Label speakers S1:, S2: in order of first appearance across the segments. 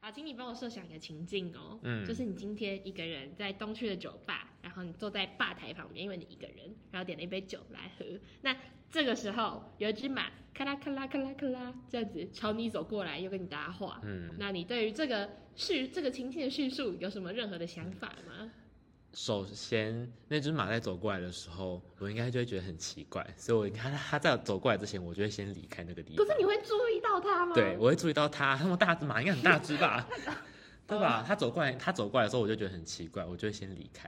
S1: 好，啊请你帮我设想一个情境哦，
S2: 嗯
S1: 就是你今天一个人在东区的酒吧，然后你坐在吧台旁边，因为你一个人，然后点了一杯酒来喝。那这个时候有一只马咔啦咔啦咔啦咔啦这样子朝你走过来，又跟你搭话。
S2: 嗯，
S1: 那你对于这个叙这个情境的叙述有什么任何的想法吗？
S2: 首先那只马在走过来的时候，我应该就会觉得很奇怪，所以我它它在走过来之前，我就会先离开那个地
S1: 可
S2: 方。
S1: 是你会注意到它吗？
S2: 嗯对，我会注意到 它，那么大只马应该很大只 吧，对吧？它走过来，它走过来的时候，我就觉得很奇怪，我就会先离开，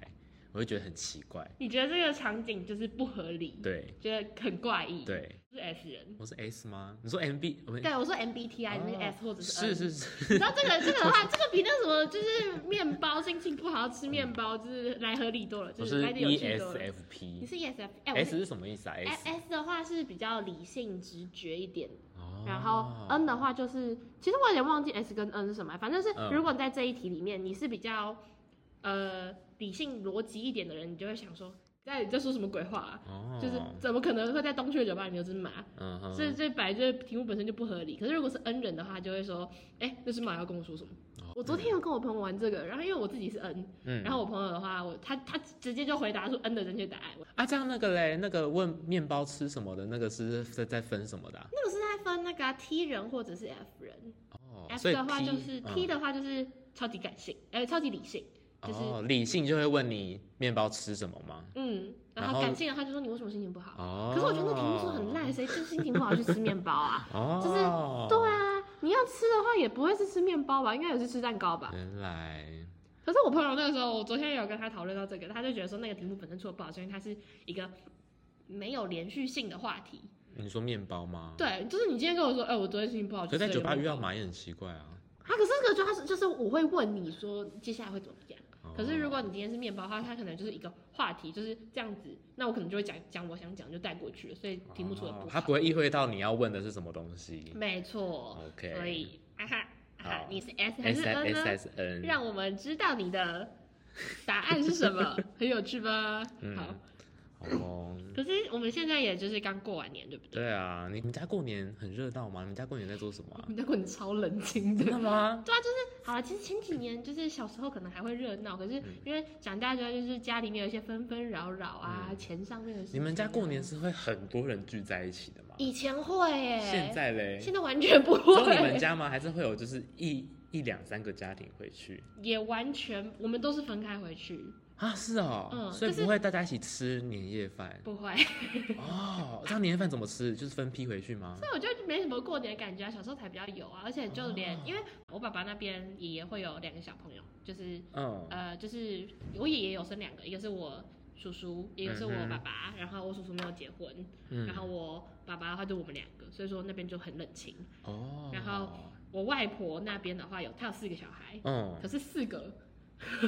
S2: 我会觉得很奇怪。
S1: 你觉得这个场景就是不合理，
S2: 对
S1: 觉得很怪异。，
S2: 对，
S1: 是 S 人。
S2: 我是 S 吗？你说 MB？我们
S1: 对，我说 MBTI 那个
S2: 哦
S1: S 或者是 N
S2: 是是是，
S1: 你知道这个这个的话，这个比那什么就是面包心情不好要吃面包，就是来合理多了，就
S2: 我 E
S1: 是
S2: 是
S1: 来的有趣多了。你
S2: ESFP。
S1: 是 ESF，哎、我
S2: E S
S1: 是
S2: 是什么意思啊
S1: S
S2: ？S
S1: S 的话是比较理性直觉一点，
S2: 哦
S1: 然后呃 N 的话就是，其实我有点忘记 S 跟 N 是什么，反正是
S2: 嗯
S1: 如果在这一题里面你是比较呃理性逻辑一点的人，你就会想说，在你在说什么鬼话、啊？
S2: 哦，
S1: 就是怎么可能会在东区的酒吧里面有只马？
S2: 嗯哼，
S1: 这这本来就是题目本身就不合理。可是如果是恩人的话，就会说，哎、那只马要跟我说什么？
S2: 哦
S1: 我昨天有跟我朋友玩这个，然后因为我自己是 N，、
S2: 嗯
S1: 然后我朋友的话，我他他直接就回答出 N 的正确答案。
S2: 啊，这样那个嘞，那个问面包吃什么的那个是在在分什么的啊、
S1: 那个是在分那个啊、T 人或者是 F 人、
S2: 哦，
S1: f
S2: 所以
S1: 的话
S2: P，
S1: 就是、
S2: 嗯
S1: T 的话就是超级感性，呃，超级理性，就是
S2: 哦，理性就会问你面包吃什么吗？
S1: 嗯，然
S2: 然
S1: 后
S2: 后
S1: 感性的话就说你为什么心情不好？
S2: 哦，
S1: 可是我觉得那题目说很烂，谁就心情不好去吃面包啊？
S2: 哦，
S1: 就是对啊，你要吃的话也不会是吃面包吧，应该也是吃蛋糕吧？
S2: 原来，
S1: 可是我朋友那个时候，我昨天有跟他讨论到这个，他就觉得说那个题目本身出的不好，是因为它是一个没有连续性的话题。
S2: 你说面包吗？。
S1: 对，就是你今天跟我说，哎、我昨天心情不好，
S2: 可是在
S1: 就吃
S2: 酒
S1: 了
S2: 吧
S1: 一个
S2: 遇到
S1: 面包
S2: 马也很奇怪啊。
S1: 啊，可是这个就是就是我会问你说接下来会怎么样。
S2: 哦
S1: 可是如果你今天是面包的话，它可能就是一个话题，就是这样子，那我可能就会讲讲我想讲就带过去了，所以题目出的
S2: 哦
S1: 不好。
S2: 他不会意会到你要问的是什么东西。
S1: 没错
S2: OK
S1: 所以啊哈啊哈
S2: 好，
S1: 你是 S 还
S2: S
S1: 是 N
S2: S
S1: 呢？
S2: S N，
S1: 让我们知道你的答案是什 么，很有趣吧？
S2: 嗯
S1: 好。
S2: 哦，
S1: 可是我们现在也就是刚过完年，对不对？
S2: 对啊，你们家过年很热闹吗？你们家过年在做什么
S1: 我
S2: 啊？
S1: 们家过年超冷清的
S2: 真。的吗？
S1: 对啊，就是好了。其实前几年就是小时候可能还会热闹，可
S2: 嗯
S1: 是因为长大之后，就是家里面有一些纷纷扰扰啊，钱上面的事情啊。
S2: 嗯你们家过年是会很多人聚在一起的吗？
S1: 以前会耶，
S2: 现在嘞？
S1: 现在完全不
S2: 只有你们
S1: 会，
S2: 家吗？还是会有就是一一两三个家庭会去
S1: 也完全我们都是分开回去，
S2: 啊？是哦，
S1: 嗯
S2: 所以
S1: 就是
S2: 不会大家一起吃年夜 饭
S1: 不会。
S2: 哦。这样年夜饭怎么吃？就是分批回去吗？
S1: 所以我就没什么过年的感觉啊，小时候才比较有啊，而且就连、
S2: 哦
S1: 因为我爸爸那边爷爷会有两个小朋友，就是
S2: 嗯，
S1: 呃，就是我爷爷有生两个，一个是我叔叔，一个是我
S2: 嗯哼
S1: 爸爸。然后我叔叔没有结婚，
S2: 嗯
S1: 然后我爸爸的话就我们两个，所以说那边就很冷清。
S2: 哦，
S1: 然后我外婆那边的话有，她有四个小孩，
S2: 嗯
S1: 可是四个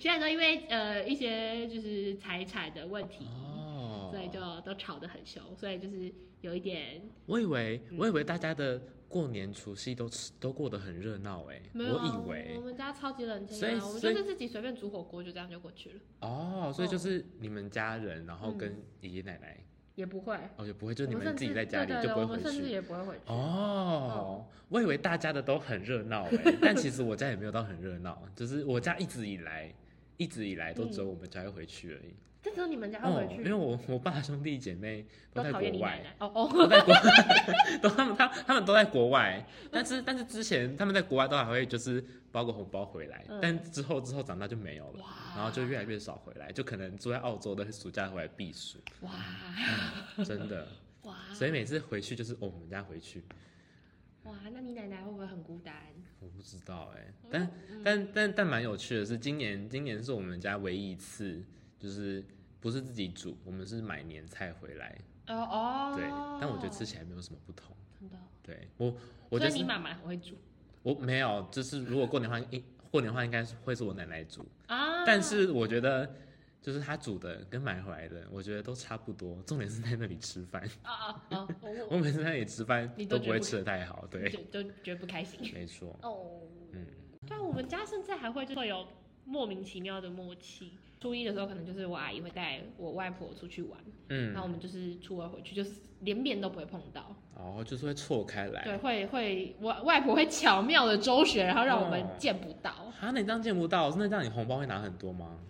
S1: 现在都因为呃一些就是财产的问题，
S2: 哦，
S1: 所以就都吵得很凶，所以就是有一点
S2: 我以为
S1: 嗯
S2: 我以为大家的过年除夕都吃都过得很热闹哎，
S1: 没有、啊。
S2: 我以为
S1: 我们家超级冷清
S2: 所以
S1: 啊，我们
S2: 所
S1: 就
S2: 以
S1: 是自己随便煮火锅就这样就过去了，
S2: 哦，所以
S1: 嗯
S2: 就是你们家人，然后
S1: 嗯
S2: 跟爷爷奶奶，
S1: 也不会。
S2: 哦也不会，就你
S1: 我
S2: 们
S1: 甚
S2: 自己
S1: 至
S2: 在家里
S1: 对对
S2: 就
S1: 对
S2: 不
S1: 我
S2: 会
S1: 们甚
S2: 回
S1: 至
S2: 去。
S1: 也不会回去。
S2: 哦，我以为大家的都很热 闹哎，但其实我家也没有到很热闹，就是我家一直以来，一直以来都只有我们家会回去而已。
S1: 这只有你们家嗯会
S2: 哦，
S1: 回
S2: 因
S1: 去，
S2: 为我我爸兄弟姐妹
S1: 都
S2: 都在
S1: 讨
S2: 国
S1: 厌你奶
S2: 外，
S1: 奶。哦哦，
S2: 都在国，都他们他他们都在国外，但是但是之前他们在国外都还会就是包个红包回来，
S1: 嗯
S2: 但之后之后长大就没有了，
S1: 哇
S2: 然后就越来越少回来，就可能住在澳洲的暑假回来避暑，
S1: 哇
S2: 真的，
S1: 哇
S2: 所以每次回去就是、哦、我们家回去，
S1: 哇，那你奶奶会不会很孤单？
S2: 我不知道哎、但
S1: 嗯
S2: 但但但蛮有趣的是，今年今年是我们家唯一一次，就是不是自己煮，我们是买年菜回来，
S1: 哦哦，
S2: 对，但我觉得吃起来没有什么不同。
S1: 真的哦，
S2: 对我，我就
S1: 所以
S2: 是
S1: 你妈妈很会煮
S2: 我没有，就是如果过年的话，应过年的话应该是会是我奶奶煮，
S1: 啊，
S2: 但是我觉得就是她煮的跟买回来的，我觉得都差不多，重点是在那里吃饭，
S1: 啊啊啊，我
S2: 我每次在那里吃饭
S1: 你都
S2: 都
S1: 觉得
S2: 不会
S1: 不
S2: 吃的太好，
S1: 我
S2: 对，
S1: 就就觉得不开心
S2: 没错，
S1: 哦。
S2: 嗯，
S1: 对，我们家甚至还会就会有莫名其妙的默契。初一的时候，可能就是我阿姨会带我外婆出去玩，然后
S2: 嗯，
S1: 我们就是初二回去，就是连面都不会碰到，
S2: 哦，就是会错开来。
S1: 对，会会我外婆会巧妙的周旋，然后让我们
S2: 哦
S1: 见不到。
S2: 啊，那你这样见不到，那这样你红包会拿很多吗？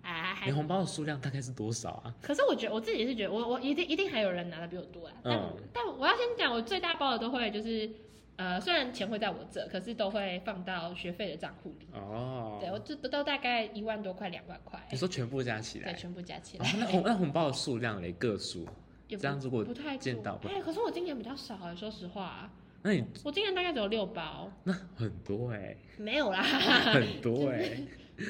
S1: 啊，还
S2: 你红包的数量大概是多少啊？
S1: 可是我觉得我自己是觉得我我一定一定还有人拿的比我多啦。但、
S2: 嗯
S1: 但我要先讲，我最大包的都会就是呃，虽然钱会在我这，可是都会放到学费的账户里。对
S2: 哦，
S1: 我这都都大概一万多块两万块，
S2: 你说全部加起
S1: 对，
S2: 来，
S1: 全部加起
S2: 哦
S1: 来。，
S2: 那红那红包的数量嘞个数，
S1: 也不
S2: 这样如果
S1: 不太
S2: 见
S1: 多
S2: 到嗯
S1: 哎、可是我今年比较少欸，说实话，
S2: 那你
S1: 我今年大概只有六包，
S2: 那很多 哎、
S1: 没有啦。
S2: 很多哎、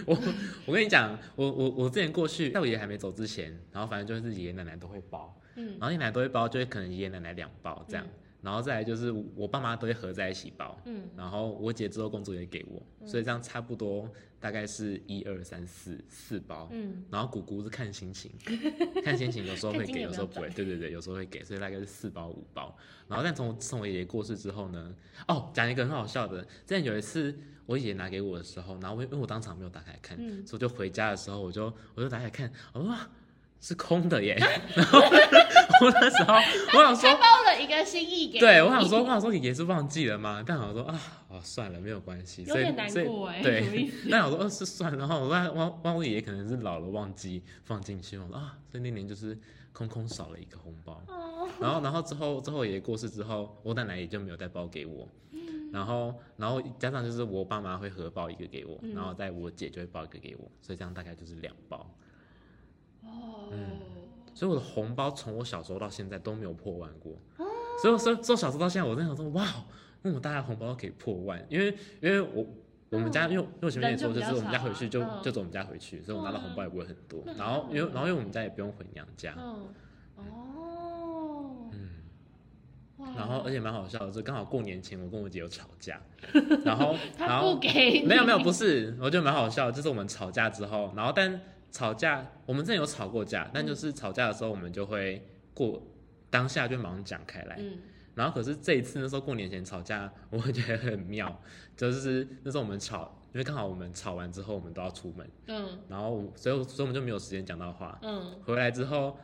S2: 我我跟你讲，我我我之前过去，在我爷爷还没走之前，然后反正就是爷爷奶奶都会包，
S1: 嗯
S2: 然后爷爷奶奶都会包，就会可能爷爷奶奶两包这样，然后再来就是我爸妈都会合在一起包，
S1: 嗯，
S2: 然后我姐之后工作也给我，所以这样差不多大概是一二三四四包。
S1: 嗯，
S2: 然后姑姑是看心情， 看心情，有时候会
S1: 看今
S2: 给，
S1: 年
S2: 有时候
S1: 有没有
S2: 不会。对对对，有时候会给，所以大概是四包五包。然后但从从我爷爷过世之后呢，哦，讲一个很好笑的，之前有一次我爷爷拿给我的时候，然后我因为我当场没有打开看，
S1: 嗯
S2: 所以我就回家的时候我就我就打开看，哇，是空的 耶。然后我那时候我想说
S1: 他。包了一个心意给你，
S2: 对，我 想说，我想说你也是忘记了吗？但我说啊，哦算了，没有关系。
S1: 有
S2: 所以
S1: 点难
S2: 所以
S1: 过哎什么意
S2: 对， 但我说哦是算了，然后我忘忘忘我爷爷可能是老了忘记放进去，我说啊，所以那年就是空空少了一个红包。
S1: 哦，
S2: 然后然后之后之后我爷爷过世之后，我奶奶也就没有再包给我。
S1: 嗯
S2: 然后然后加上就是我爸妈会合包一个给我，
S1: 嗯
S2: 然后再我姐就会包一个给我，所以这样大概就是两包。
S1: 哦，
S2: 所以我的红包从我小时候到现在都没有破万过。所以我说，从小时候到现在，我在想说，哇，哦为什么大家红包都可以破万？因为因为我我们家，因为因为我前面也说，
S1: 嗯人就比
S2: 就
S1: 较
S2: 是我们家
S1: 少啊
S2: 回去就
S1: 嗯
S2: 就走我们家回去，所以我拿到
S1: 对啊
S2: 红包也不会很多
S1: 那。
S2: 然
S1: 很
S2: 后
S1: 好
S2: 因为然后因为我们家也不用回娘家，
S1: 嗯，哦，
S2: 嗯，
S1: 哇
S2: 然后而且蛮好笑的，就刚好过年前我跟我姐有吵架， 然后然
S1: 他
S2: 后
S1: 不给 你，
S2: 没有没有，不是，我觉得蛮好笑的，就是我们吵架之后，然后但吵架，我们之前有吵过架，但就是吵架的时候，我们就会过当下就马上讲开来。
S1: 嗯，
S2: 然后可是这一次那时候过年前吵架，我会觉得很妙，就是那时候我们吵，因为刚好我们吵完之后我们都要出门，
S1: 嗯
S2: 然后我所以我所以我们就没有时间讲到话。
S1: 嗯，
S2: 回来之后，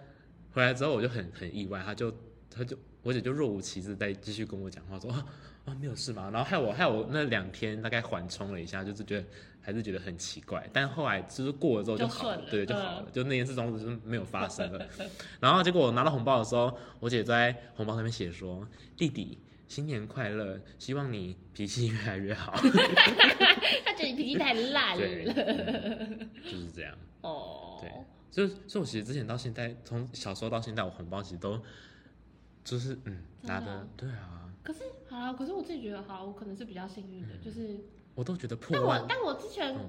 S2: 回来之后我就很很意外，他就他就我姐就若无其事在继续跟我讲话，说啊啊没有事嘛，然后害我害我那两天大概缓冲了一下，就是觉得还是觉得很奇怪，但后来就是过了之后
S1: 就
S2: 好
S1: 顺
S2: 了，
S1: 了
S2: 对，就
S1: 嗯
S2: 好了，就那件事总之就是没有发生 了。然后结果我拿到红包的时候，我姐在红包上面写说弟弟。新年快乐！希望你脾气越来越好。
S1: 他觉得你脾气太烂
S2: 对、
S1: 了，
S2: 嗯就是这样。
S1: 哦，
S2: 对，所以所以我其实之前到现在，从小时候到现在，我红包其实都就是嗯
S1: 真的
S2: 拿
S1: 哦
S2: 的，对啊，
S1: 可是好啦，可是我自己觉得好，我可能是比较幸运的，
S2: 嗯
S1: 就是，
S2: 我都觉得破
S1: 但我
S2: 万，
S1: 但我之前
S2: 嗯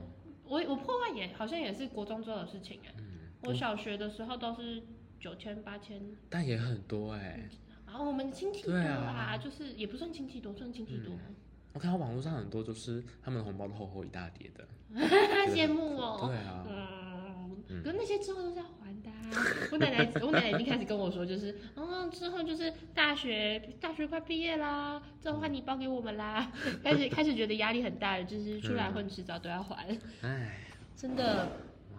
S1: 我我破万也好像也是国中做的事情哎，
S2: 嗯，
S1: 我小学的时候都是九千八千，
S2: 但也很多哎、
S1: 然后我们亲戚多
S2: 对
S1: 啦，
S2: 啊嗯
S1: 就是也不算亲戚多，算亲戚多，
S2: 我看到网络上很多就是他们的红包都厚厚一大叠的，
S1: 羡慕哦，
S2: 啊对啊，
S1: 嗯，
S2: 嗯
S1: 可是那些之后都是要还的、啊。 我奶奶，我奶奶已经开始跟我说，就是，嗯，之后就是大学，大学快毕业啦，之后换你包给我们啦。
S2: 嗯
S1: 开始开始觉得压力很大了，就是出来混迟早都要还，
S2: 哎，
S1: 真的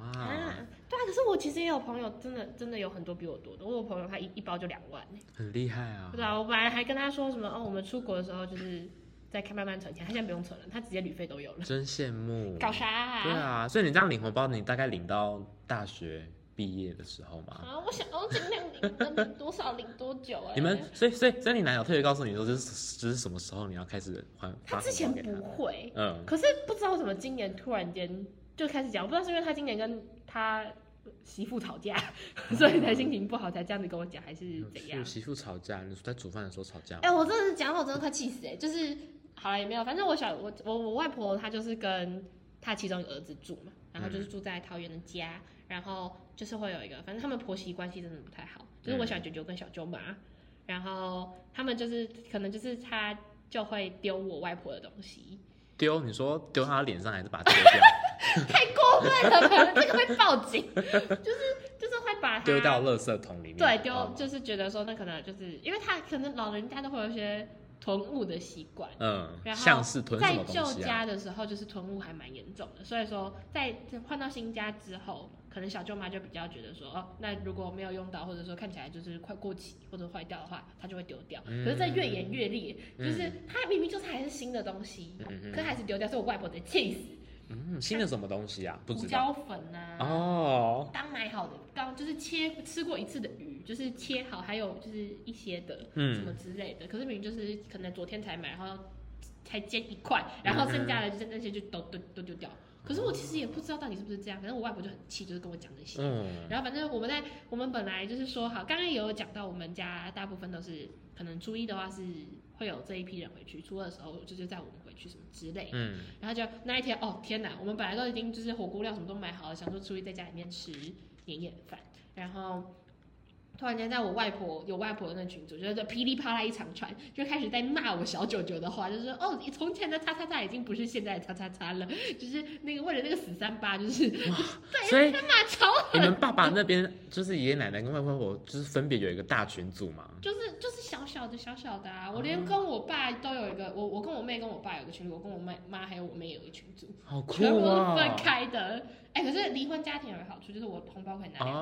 S2: 哇，
S1: 啊。对啊，可是我其实也有朋友，真的真的有很多比我多的。我有朋友他一一包就两万、欸，
S2: 很厉害啊
S1: 不知，道。我本来还跟他说什么，哦，我们出国的时候就是在看慢慢存钱，他现在不用存了，他直接旅费都有了，
S2: 真羡慕，
S1: 搞啥、啊？
S2: 对啊，所以你这样领红包，你大概领到大学毕业的时候嘛？
S1: 啊，我想要尽量领，能领多少领多久哎、
S2: 你们，所以所以所以你男友特别告诉你说，这是这是什么时候你要开始还？
S1: 他
S2: 发
S1: 之
S2: 红
S1: 前
S2: 包给他
S1: 不会，
S2: 嗯，
S1: 可是不知道为什么今年突然间就开始讲，我不知道是因为他今年跟他媳妇吵架， 所以才心情不好才这样子跟我讲，还是怎样
S2: 是？媳妇吵架，你说在煮饭的时候吵架吗
S1: 哎、，我真的是讲到我真的快气死哎、就是好了也没有，反正我小我我我外婆她就是跟她其中一个儿子住嘛，然后就是
S2: 嗯
S1: 住在桃园的家，然后就是会有一个，反正他们婆媳关系真的不太好，就是我小
S2: 嗯
S1: 舅舅跟小舅妈，然后他们就是可能就是他就会丢我外婆的东西，
S2: 丢，你说丢他脸上还是把它丢
S1: 啊
S2: 掉，
S1: 太过分了吧，这个会报警，就是就是会把他
S2: 丢到垃圾桶里面，
S1: 对，丢
S2: 哦
S1: 就是觉得说那可能就是因为他可能老人家都会有一些囤物的习惯。
S2: 嗯，
S1: 然后
S2: 像是囤什
S1: 在
S2: 么东
S1: 旧
S2: 西啊？
S1: 家的时候，就是囤物还蛮严重的，所以说在换到新家之后，可能小舅妈就比较觉得说，哦，那如果没有用到，或者说看起来就是快过期或者坏掉的话，她就会丢掉。
S2: 嗯
S1: 可是这越演越烈，
S2: 嗯
S1: 就是它明明就是还是新的东西，
S2: 嗯
S1: 可
S2: 嗯
S1: 还是丢掉，所以我外婆得气死。
S2: 嗯，新的什么东西啊？不
S1: 胡
S2: 知道
S1: 椒粉啊，
S2: 哦，
S1: 刚买好的，刚就是切吃过一次的鱼，就是切好，还有就是一些的什么
S2: 嗯，
S1: 之类的。可是明明就是可能昨天才买，然后才煎一块，然后剩下的
S2: 嗯
S1: 就是那些就都都都丢掉。可是我其实也不知道到底是不是这样，反正我外婆就很气，就是跟我讲这些。
S2: 嗯，
S1: 然后反正我们在我们本来就是说好，刚刚也有讲到，我们家大部分都是可能初一的话是会有这一批人回去，初二的时候就是在我们回去什么之类的。
S2: 嗯，
S1: 然后就那一天，哦天哪，我们本来都已经就是火锅料什么都买好了，想说初一在家里面吃年夜饭，然后突然间在我外婆有外婆的那群组，就是噼里啪啦一长串，就开始在骂我小九九的话，就是说哦，你从前的叉叉叉已经不是现在的叉叉叉了，就是那个为了那个死三八，就是
S2: 所以
S1: 他妈超，
S2: 你们爸爸那边就是爷爷奶奶跟外公外婆，就是分别有一个大群组嘛？
S1: 就是就是小小的小小的啊，我连跟我爸都有一个，我我跟我妹跟我爸有个群组，我跟我妹妈还有我妹有一个群组，
S2: 好酷
S1: 全部都是
S2: 哦！
S1: 分开的。哎、可是离婚家庭有个好处，就是我红包可以拿两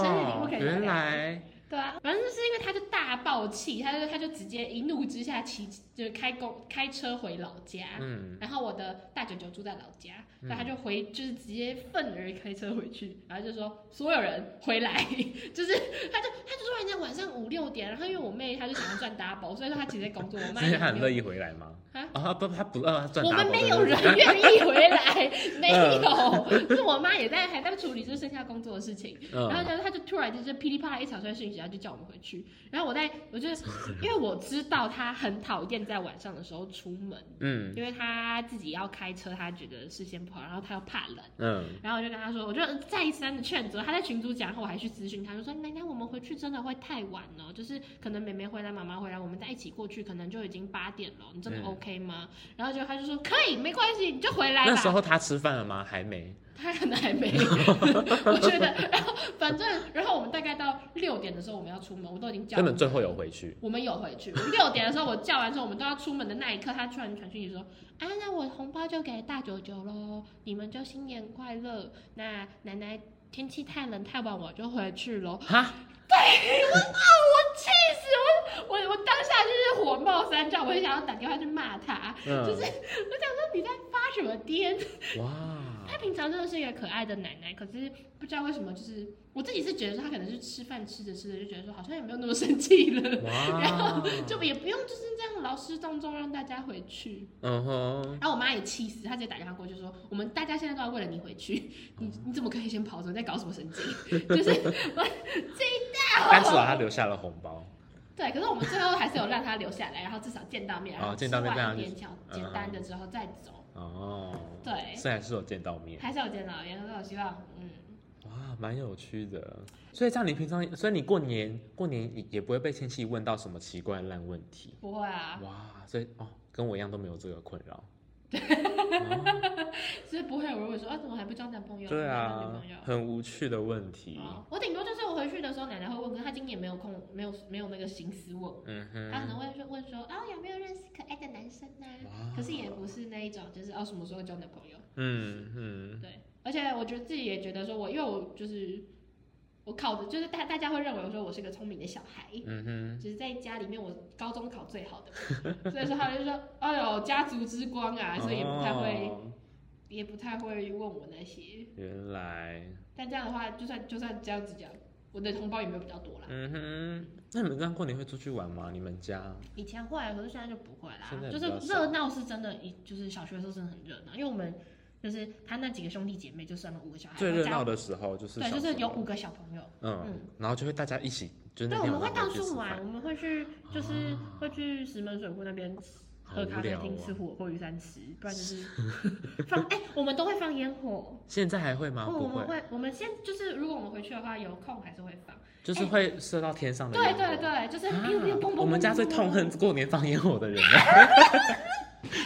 S1: 生日礼物
S2: 哦
S1: 可，以拿
S2: 原
S1: 两
S2: 来
S1: 对啊，反正就是因为他就大爆气，他就他就直接一怒之下骑就是开公开车回老家，
S2: 嗯
S1: 然后我的大舅舅住在老家，
S2: 嗯
S1: 所以他就回就是直接愤而开车回去，然后就说所有人回来， 就是他就他就突然间晚上五六点，然后因为我妹她就想要赚 double，所以说她其实在工作，我妈
S2: 所以他
S1: 也
S2: 很乐
S1: 没有。
S2: 意回来吗？
S1: 啊
S2: 啊不，他不呃他赚
S1: 我们
S2: double，
S1: 没
S2: 对
S1: 有
S2: 不对
S1: 人 愿意回来，没 有，是我妈也在还在处理就是剩下工作的事情，然后
S2: 嗯，
S1: 他就他就突然就是噼里啪啦一长串讯息，然后就叫我们回去。然后我在我就
S2: 啊
S1: 因为我知道他很讨厌在晚上的时候出门，
S2: 嗯
S1: 因为他自己要开车，他觉得视线不好，然后他又怕冷。
S2: 嗯
S1: 然后我就跟他说，我就再三的劝阻，他在群组讲，然后我还去咨询他，就说奶奶，我们回去真的会太晚了，就是可能妹妹回来，妈妈回来，我们再一起过去，可能就已经八点了，你真的
S2: 嗯
S1: OK 吗？然后就他就说可以，没关系，你就回来吧。
S2: 那时候他吃饭了吗？还没。
S1: 他可能还没， 我觉得，然后反正，然后我们大概到六点的时候我们要出门，我都已经叫
S2: 根，本最后有回去。
S1: 我们有回去。六点的时候我叫完之后，我们都要出门的那一刻，他突然传讯息说：“啊，那我红包就给大九九喽，你们就新年快乐。那奶奶天气太冷太晚，我就回去喽。”
S2: 哈，
S1: 我气死我！我我当下就是火冒三丈，我就想要打电话去骂他，
S2: 嗯
S1: 就是我想说你在发什么癫？
S2: 哇，
S1: 她平常真的是一个可爱的奶奶，可是不知道为什么，就是我自己是觉得说她可能是吃饭吃着吃着就觉得说好像也没有那么生气了，然
S2: 哇，
S1: 就也不用就是这样劳师动众让大家回去。
S2: 嗯哼，
S1: 然后我妈也气死，她直接打电话过去说我们大家现在都要为了你回去，你你怎么可以先跑走？你在搞什么神经？ 就是我
S2: 但是他留下了红包。
S1: 对，可是我们最后还是有让她留下来，然后至少见到面，然后
S2: 哦见到面嗯
S1: 吃完
S2: 这样
S1: 一点小简单的之后再走。
S2: 哦，
S1: 对，
S2: 虽然是有见到面，
S1: 还是有见到面，所以我希望嗯。
S2: 哇，蛮有趣的。所以这样，你平常，所以你过年过年也也不会被亲戚问到什么奇怪烂问题。
S1: 不会啊，
S2: 哇，所以哦，跟我一样都没有这个困 扰。哦
S1: 是不会有人问说啊，怎么还不交男朋友？
S2: 对
S1: 怎么还没有女
S2: 啊
S1: 朋友，
S2: 很无趣的问题。
S1: 哦我顶多就是我回去的时候，奶奶会问，可是她今年没有空，没有没有那个心思问我，
S2: 嗯
S1: 她可能
S2: 哼，
S1: 会说问说，哦，有没有认识可爱的男生呐、
S2: 哇
S1: 可是也不是那一种，就是哦什么时候交男朋友？
S2: 嗯嗯，
S1: 对，而且我觉得自己也觉得说我，因为我就是我考的，就是大大家会认为我说我是个聪明的小孩。
S2: 嗯哼。
S1: 就是在家里面，我高中考最好的，所以说他们就说：“哎呦，家族之光啊！”所以也不太会，
S2: 哦
S1: 也不太会问我那些。
S2: 原来，
S1: 但这样的话，就算就算这样子讲，我的红包也没有比较多啦。
S2: 嗯哼，那你们这样过年会出去玩吗？你们家？
S1: 以前会，可是现在就不会啦
S2: 现在。
S1: 就
S2: 比
S1: 是
S2: 较
S1: 热闹是真的，一就是小学的时候真的很热闹，因为我们就是他那几个兄弟姐妹就生了五个小孩，
S2: 最热
S1: 然
S2: 闹
S1: 后
S2: 的时候就
S1: 家
S2: 是
S1: 对，
S2: 小
S1: 就是
S2: 时
S1: 有
S2: 候
S1: 五个小朋友。
S2: 嗯
S1: 嗯，
S2: 然后就会大家一起，就
S1: 对，
S2: 是那
S1: 我
S2: 天
S1: 们会
S2: 晚上
S1: 到
S2: 回去吃
S1: 处玩，
S2: 饭，
S1: 我们会去，就是
S2: 啊
S1: 会去石门水库那边
S2: 好
S1: 喝
S2: 无
S1: 咖啡
S2: 聊
S1: 厅、吃
S2: 哦。
S1: 火锅、鱼三吃，不然就是 放哎，我们都会放烟火。
S2: 现在还会吗？
S1: 哦，我
S2: 啊不
S1: 们
S2: 会，
S1: 会，我们先就是如果我们回去的话，有空还是会放。
S2: 就是会射到天上的
S1: 对
S2: 烟火。啊
S1: 对对，就是 biu biu 砰砰砰砰砰砰
S2: 我们家最痛恨过年放烟火的人了。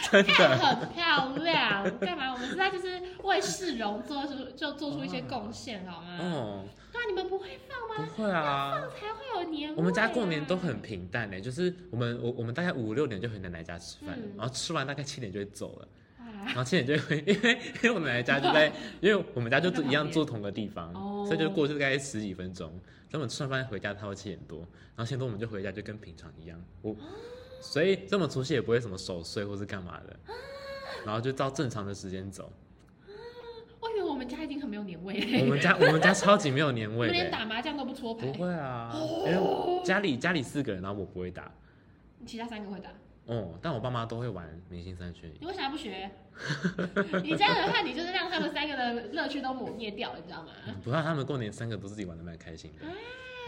S2: 真
S1: 看
S2: 的，
S1: 很漂亮，干嘛？我们是在就是为市容做出就做出一些贡献，好吗？
S2: 哦，
S1: 对啊，你们不会放
S2: 不
S1: 吗？
S2: 会啊。
S1: 放才会有年味啊、
S2: 我们家过年都很平淡呢，就是我们我我们大概五六点就回奶奶家吃饭，
S1: 嗯
S2: 然后吃完大概七点就会走了，
S1: 啊
S2: 然后七点就会因为因为我奶奶家就在，因为我们家就住一样住同个地方，
S1: 哦
S2: 所以就过去大概十几分钟。等我们吃完饭回家，差不多七点多，然后七点多我们就回家，就跟平常一样。
S1: 哦
S2: 我所以这么除夕也不会什么守岁或是干嘛的，然后就照正常的时 间走。
S1: 我以为我们家已经很没有年味了，
S2: 我们家我们家超级没有年
S1: 我们
S2: 味的
S1: 连
S2: 欸，
S1: 打麻哦将都不搓牌
S2: 不，会啊，因为我家里家里四个人，然后我不会打。
S1: 其他三个会打。
S2: 哦，但我爸妈都会玩明星三缺一。
S1: 你为啥不学？你这样的话，你就是让他们三个的乐趣都抹灭掉了，你知道吗？
S2: 嗯不知道他们过年三个都自己玩的蛮开心的。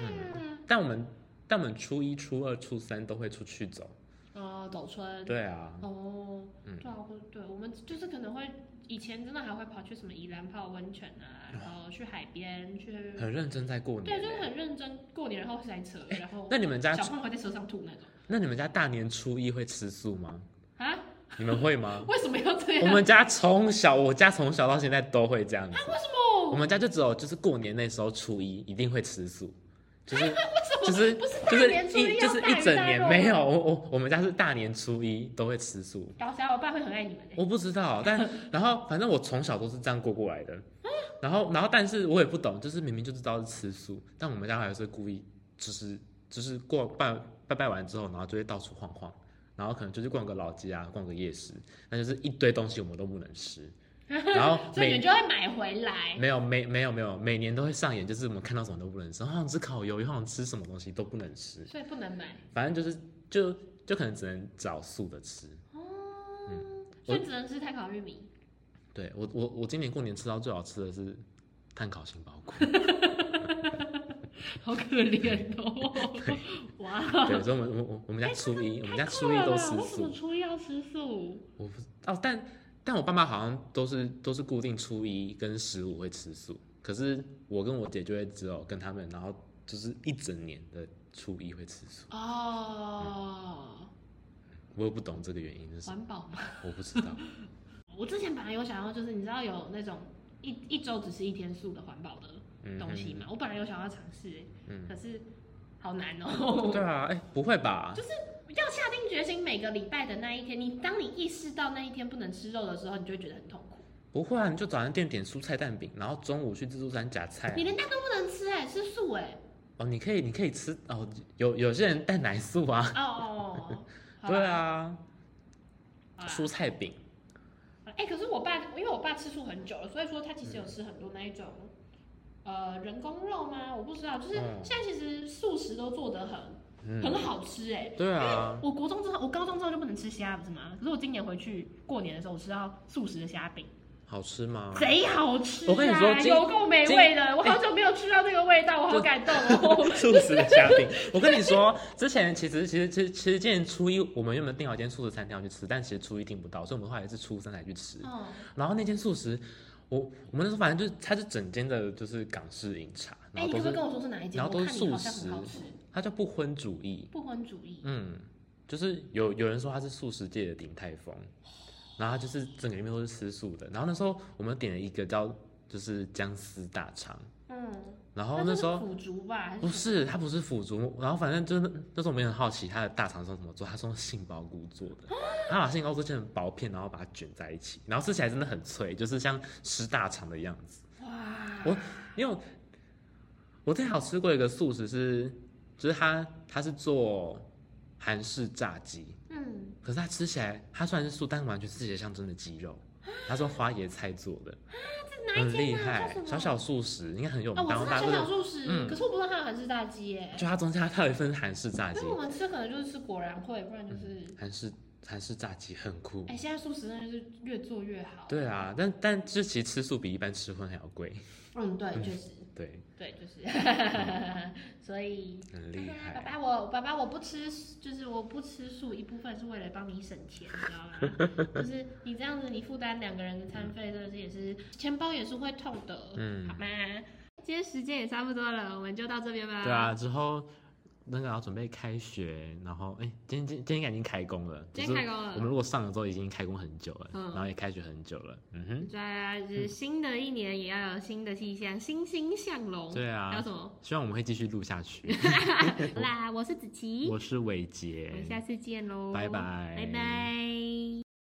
S1: 嗯，
S2: 但我们但我们初一、初二、初三都会出去走。
S1: 哦，走春，
S2: 对啊，
S1: 哦，
S2: 嗯
S1: 对啊，我对我们就是可能会以前真的还会跑去什么宜兰泡温泉啊，然后去海边去，
S2: 很认真在过
S1: 对，
S2: 年
S1: 就是
S2: 欸。
S1: 很认真过年，然后塞车，然后
S2: 哎那你们家
S1: 小胖会在车上吐那种
S2: 那你们家大年初一会吃素 吗？
S1: 啊？
S2: 你们会吗？
S1: 为什么要这样？
S2: 我们家从小，我家从小到现在都会这样子。
S1: 为什么？
S2: 我们家就只有就是过年那时候初一一定会吃素， 就是
S1: 为什么？
S2: 就是
S1: 不是
S2: 就
S1: 大
S2: 是
S1: 年初
S2: 一
S1: 一
S2: 就
S1: 要
S2: 是
S1: 大
S2: 一
S1: 鱼
S2: 整
S1: 大
S2: 年
S1: 肉
S2: 没
S1: 吗
S2: 有。我我我们家是大年初一都会吃素。
S1: 搞啥？我爸会很爱你们的、
S2: 我不知 道，但然后反正我从小都是这样过过来的。然后然后但是我也不懂，就是明明就知道是吃素，但我们家还是故意就是就是过拜拜拜完之后，然后就会到处晃晃，然后可能就是逛个老街啊，逛个夜市，那就是一堆东西我们都不能 吃。然后
S1: 所以你们
S2: 哦每
S1: 就会买回来。
S2: 没有没没有没有每年都会上演，就是我们看到什么都不能吃，好想吃烤鱿鱼，好想吃什么东西都不能吃，
S1: 所以不能买
S2: 反正就是就就可能只能找素的吃。
S1: 哦，
S2: 嗯我
S1: 所以只能吃碳烤玉米。
S2: 对我我我今年过年吃到最好吃的是碳烤杏 鲍菇，
S1: 好可怜哦！哇，
S2: 对，所以我们我我我们家初一，
S1: 哎
S2: 我们家初一都吃
S1: 为什么
S2: 素，
S1: 初一要吃素？
S2: 我不知哦，但但我爸妈好像都是都是固定初一跟十五会吃素，可是我跟我姐就会只有跟他们，然后就是一整年的初一会吃素，
S1: 哦，
S2: 我也不懂这个原因是什么，
S1: 环保嘛。
S2: 我不知道，
S1: 我之前本来有想要，就是你知道有那种一一周只吃一天素的环保的
S2: 嗯，
S1: 东西嘛，我本来有想要尝试，
S2: 嗯，
S1: 可是好难
S2: 嗯，
S1: 哦。
S2: 对啊，哎、不会吧？
S1: 要下定决心，每个礼拜的那一天，你当你意识到那一天不能吃肉的时候，你就会觉得很痛苦。
S2: 不会啊，你就早餐店点蔬菜蛋饼，然后中午去自助餐夹菜啊、
S1: 你连蛋都不能吃哎、吃素哎、
S2: 哦，你可以你可以吃哦，有有些人蛋奶素啊。
S1: 哦哦哦，好啦
S2: 对，啊，
S1: 好啦
S2: 蔬菜饼，
S1: 哎、可是我爸，因为我爸吃素很久了，所以说他其实有吃很多那一种，呃，人工肉吗？我不知道，就是
S2: 嗯
S1: 现在其实素食都做得很、
S2: 嗯，
S1: 很好吃哎、
S2: 对啊，
S1: 我国中之后，我高中之后就不能吃虾，不是吗？可是我今年回去过年的时候，我吃到素食的虾饼，
S2: 好吃吗？
S1: 贼好吃、啊！
S2: 我跟你说今哎
S1: 有够美味的，我好久没有吃到这个味道，我好感动 哦。
S2: 素食的虾饼，我跟你说，之前其实其实其实其实今年初一我们原本订好一间素食餐厅要去吃，但其实初一订不到，所以我们后来是初三才去吃。
S1: 嗯，
S2: 然后那间素食，我我们那时候反正就是它是整间的就是港式饮茶，
S1: 哎、
S2: 然后
S1: 你可不可以
S2: 都是
S1: 跟我说是哪一间？
S2: 然后都
S1: 我
S2: 是
S1: 看你好像
S2: 素食
S1: 很好吃，
S2: 它叫不婚主义，
S1: 不婚主义。
S2: 嗯，就是有有人说它是素食界的鼎泰丰，然后它就是整个里面都是吃素的。然后那时候我们点了一个叫就是姜丝大肠。
S1: 嗯，
S2: 然后
S1: 那
S2: 那
S1: 就是
S2: 时候
S1: 腐竹吧？还什
S2: 不
S1: 么
S2: 是，它不是腐竹，然后反正就是那那时候我们也很好奇它的大肠是用什么做，它是用杏鲍菇做的，它把杏鲍菇切成薄片，然后把它卷在一起，然后吃起来真的很脆，就是像吃大肠的样子。
S1: 哇，
S2: 我因为我我最好吃过一个素食是，就是它它是做韩式炸鸡，
S1: 嗯，
S2: 可是它吃起来它虽然是素，但完全吃起来像真的鸡肉，它是用花椰菜做的，
S1: 这哪一
S2: 很厉
S1: 间啊？
S2: 害
S1: 叫什，么？
S2: 小小素食应该很有
S1: 啊，
S2: 名，
S1: 我
S2: 然后
S1: 知道
S2: 大家
S1: 小小
S2: 都是
S1: 素食，
S2: 嗯
S1: 可是我不知道它有韩式炸鸡耶。
S2: 就它中间它它有一份韩式炸鸡嗯
S1: 因为。我们吃可能就是吃果然会，不然就是，
S2: 韩式韩式炸鸡很酷。
S1: 哎，现在素食真的是越做越好。
S2: 对啊，但但这其实吃素比一般吃荤还要贵，
S1: 嗯，对，确实，
S2: 对，
S1: 对，就是，
S2: 嗯
S1: 所以。
S2: 很厉
S1: 爸
S2: 害。
S1: 啊爸，我爸爸我不吃，就是我不吃素，一部分是为了帮你省钱，你知道 吗？就是你这样子，你负担两个人的餐费，真的是也是钱包也是会痛的，
S2: 嗯啊
S1: 好吗？今天时间也差不多了，我们就到这边吧。
S2: 对啊，之后那个要准备开学，然后哎、今天今今天应该已经开工了，
S1: 今天开工
S2: 就是我们
S1: 了，
S2: 如果上了之后已经开工很久了，
S1: 嗯
S2: 然后也开学很久了，嗯哼，
S1: 在就是新的一年也要有新的气象，欣欣向荣。
S2: 对
S1: 还有
S2: 啊
S1: 什， 么？
S2: 希望我们会继续录 下去。
S1: 好啦，我是子琪，
S2: 我是伟
S1: 我
S2: 杰，
S1: 们下次见喽，
S2: 拜拜
S1: 拜拜。